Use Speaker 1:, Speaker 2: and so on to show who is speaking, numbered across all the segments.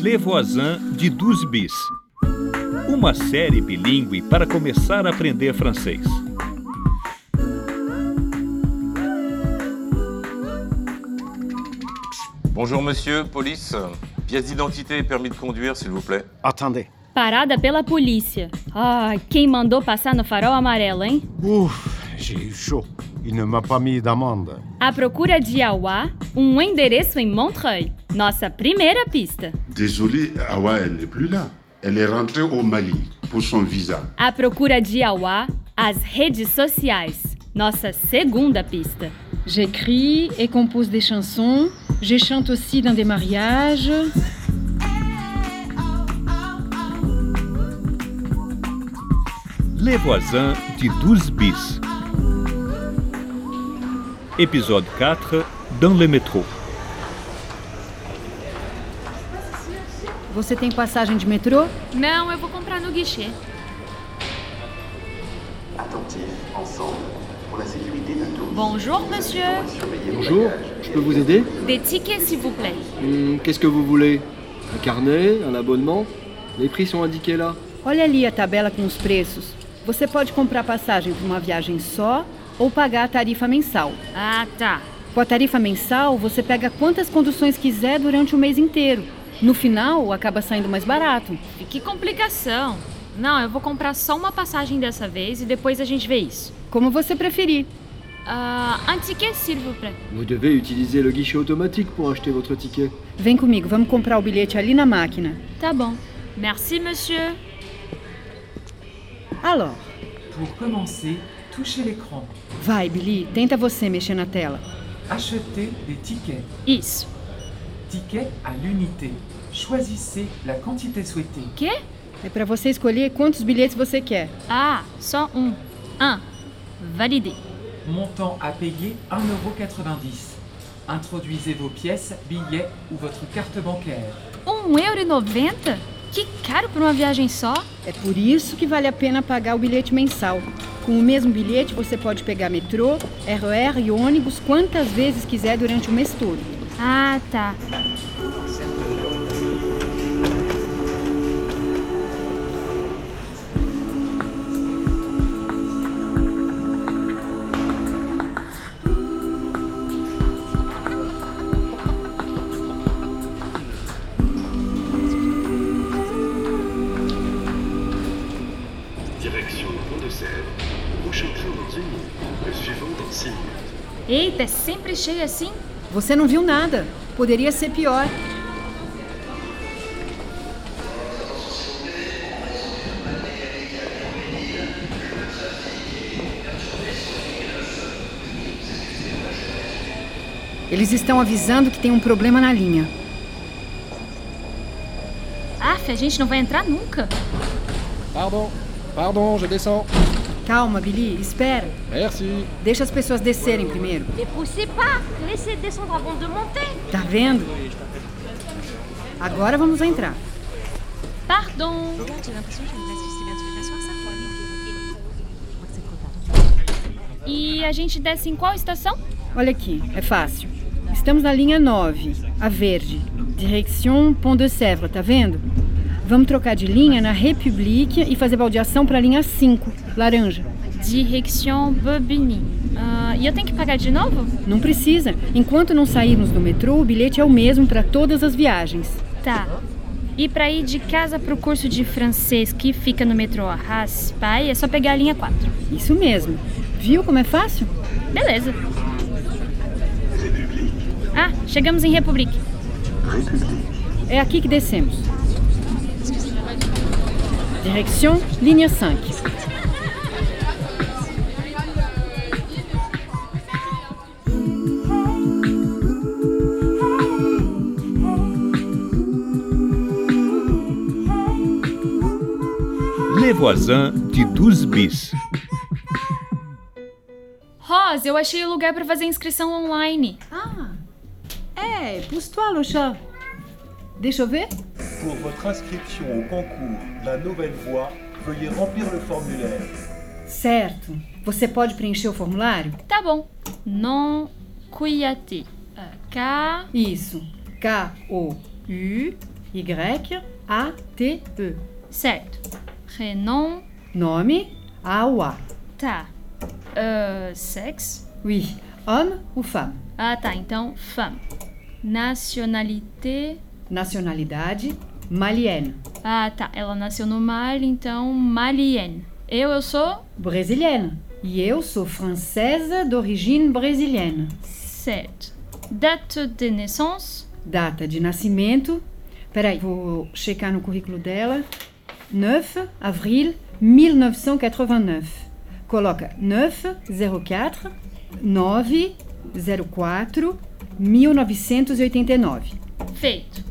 Speaker 1: Levoisin de Douze Bis. Uma série bilíngue para começar a aprender francês.
Speaker 2: Bonjour monsieur, police. Pièce d'identité et permis de conduire, s'il vous plaît.
Speaker 3: Attendez.
Speaker 4: Parada pela polícia. Ah, quem mandou passar no farol amarelo, hein?
Speaker 3: Ouf, j'ai eu chaud. Il ne m'a pas mis d'amende.
Speaker 4: À procura de Auá, um endereço em Montreuil. Nossa primeira pista.
Speaker 5: Désolé, Awa, elle n'est plus là. Elle est rentrée au Mali pour son visa.
Speaker 4: À procura de Auá, as redes sociais. Nossa segunda pista.
Speaker 6: J'écris et compose des chansons. Je chante aussi dans des mariages.
Speaker 1: Levoisin de Douze Bis. Épisode 4 Dans le métro.
Speaker 6: Você tem passagem de metrô?
Speaker 7: Não, eu vou comprar no guichê.
Speaker 8: Attentifs, ensemble, pour la sécurité d'un tour.
Speaker 7: Bonjour, monsieur.
Speaker 8: Surveillez vos
Speaker 9: Bonjour,
Speaker 8: bagages.
Speaker 9: je peux vous aider
Speaker 7: Des tickets, s'il vous plaît.
Speaker 9: Hum, Qu'est-ce que vous voulez Un carnet Un abonnement Les prix sont indiqués là.
Speaker 10: Olha ali a tabela com os preços. Você pode comprar passagem para uma viagem só ou pagar a tarifa mensal.
Speaker 4: Ah, tá.
Speaker 10: Com a tarifa mensal, você pega quantas conduções quiser durante o mês inteiro. No final, acaba saindo mais barato.
Speaker 7: E que complicação. Não, eu vou comprar só uma passagem dessa vez e depois a gente vê isso.
Speaker 10: Como você preferir.
Speaker 7: Ah, un ticket, s'il vous plaît.
Speaker 9: Vous devez utiliser le guichet automatique pour acheter votre ticket.
Speaker 10: Vem comigo, vamos comprar o bilhete ali na máquina.
Speaker 7: Tá bom. Merci, monsieur.
Speaker 10: Alors,
Speaker 11: Pour commencer, touchez l'écran.
Speaker 10: vai, Billy, tenta você mexer na tela.
Speaker 11: Achetez des tickets.
Speaker 7: Isso.
Speaker 11: Tickets à l'unité. Choisissez la quantité souhaitée.
Speaker 7: Quê?
Speaker 10: É para você escolher quantos bilhetes você quer.
Speaker 7: Ah, só um. Um. Validé.
Speaker 11: Montant à payer 1,90€. Introduisez vos pièces, billets ou votre carte bancaire.
Speaker 7: 1,90€? Que caro pra uma viagem só?
Speaker 10: É por isso que vale a pena pagar o bilhete mensal. Com o mesmo bilhete, você pode pegar metrô, RER e ônibus quantas vezes quiser durante o mês todo.
Speaker 7: Ah, tá.
Speaker 8: Direction Pont de Sèvres. Prochain train dans une minute. Le suivant dans six minutes.
Speaker 7: Eita, é sempre cheio assim?
Speaker 10: Você não viu nada. Poderia ser pior. Eles estão avisando que tem um problema na linha.
Speaker 7: Aff, a gente não vai entrar nunca.
Speaker 12: Pardon, pardon, je descends.
Speaker 10: Calma, Billy, espera.
Speaker 12: Merci.
Speaker 10: Deixa as pessoas descerem primeiro.
Speaker 7: Ne poussez É pas! Laissez descendre avant de monter!
Speaker 10: Tá vendo? Agora vamos entrar.
Speaker 7: Pardon! E a gente desce em qual estação?
Speaker 10: Olha aqui, é fácil. Estamos na linha 9, a verde. Direction Pont de Sèvres, tá vendo? Vamos trocar de linha na République e fazer baldeação para a linha 5, laranja.
Speaker 7: Direction Bobigny. Ah, e eu tenho que pagar de novo?
Speaker 10: Não precisa. Enquanto não sairmos do metrô, o bilhete é o mesmo para todas as viagens.
Speaker 7: Tá. E pra ir de casa pro curso de francês que fica no metrô Arras, pai, é só pegar a linha 4.
Speaker 10: Isso mesmo. Viu como é fácil?
Speaker 7: Beleza. Ah, chegamos em Republique.
Speaker 8: République.
Speaker 10: É aqui que descemos. Direction, linha 5.
Speaker 1: Levoisin de Douze Bis.
Speaker 7: Rosa, eu achei o lugar pra fazer inscrição online.
Speaker 10: Ah, é, pousse-toi, Locha. Deixa eu ver.
Speaker 13: Pour votre inscription au concours La Nouvelle Voie, veuillez remplir le formulaire.
Speaker 10: Certo. Você pode preencher o formulário?
Speaker 7: Tá bom. Non cuiati. K.
Speaker 10: Isso. K-O-U Y-A-T-E.
Speaker 7: Certo. Renom.
Speaker 10: Nome, Awa.
Speaker 7: Tá. Euh, sexe?
Speaker 10: Oui. Homme ou femme?
Speaker 7: Ah, tá. Então, femme. Nacionalité.
Speaker 10: Nacionalidade, malienne.
Speaker 7: Ah, tá. Ela nasceu no Mali, então, malienne. Eu, eu sou?
Speaker 10: Brésilienne. E eu sou francesa d'origine brésilienne.
Speaker 7: Certo. Date de naissance?
Speaker 10: Data de nascimento. Peraí, vou checar no currículo dela. 9 avril 1989. Coloca 904 904 1989.
Speaker 7: Feito.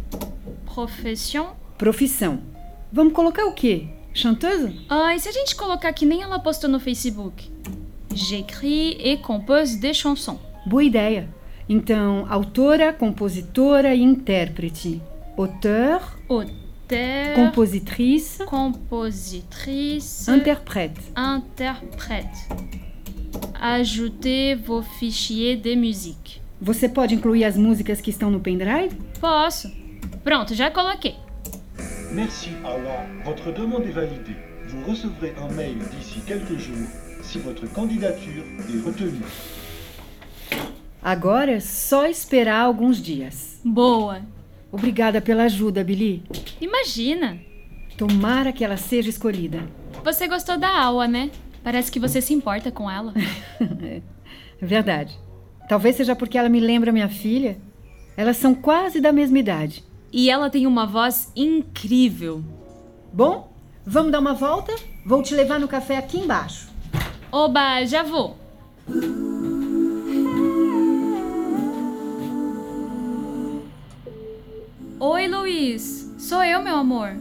Speaker 7: Profession?
Speaker 10: Profissão. Vamos colocar o quê? Chanteuse?
Speaker 7: Ah, e se a gente colocar que nem ela postou no Facebook? J'écris et compose des chansons.
Speaker 10: Boa ideia. Então, autora, compositora e intérprete. Auteur,
Speaker 7: Auteur.
Speaker 10: compositrice,
Speaker 7: Compositrice.
Speaker 10: interprète.
Speaker 7: Interprète. Ajoutez vos fichiers de musique.
Speaker 10: Você pode incluir as músicas que estão no pendrive?
Speaker 7: Posso. Pronto, já coloquei.
Speaker 13: Merci Awa, votre demande est validée. Vous recevrez un mail d'ici quelques jours si votre candidature est retenue.
Speaker 10: Agora é só esperar alguns dias.
Speaker 7: Boa.
Speaker 10: Obrigada pela ajuda, Billy.
Speaker 7: Imagina.
Speaker 10: Tomara que ela seja escolhida.
Speaker 7: Você gostou da aula, né? Parece que você se importa com ela.
Speaker 10: Verdade. Talvez seja porque ela me lembra minha filha. Elas são quase da mesma idade.
Speaker 14: E ela tem uma voz incrível.
Speaker 10: Bom, vamos dar uma volta? Vou te levar no café aqui embaixo.
Speaker 7: Oba, já vou. Oi, Luiz. Sou eu, meu amor.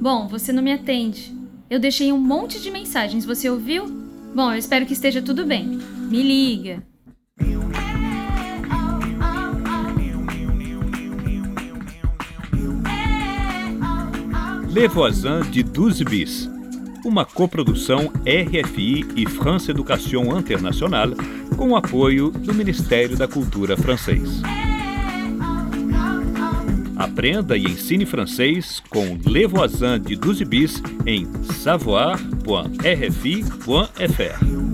Speaker 7: Bom, você não me atende. Eu deixei um monte de mensagens, você ouviu? Bom, eu espero que esteja tudo bem. Me liga.
Speaker 1: Les Voisins de 12 Bis, uma coprodução RFI e France Education Internationale com o apoio do Ministério da Cultura francês. Aprenda e ensine francês com Les Voisins de 12 Bis em savoir.rfi.fr.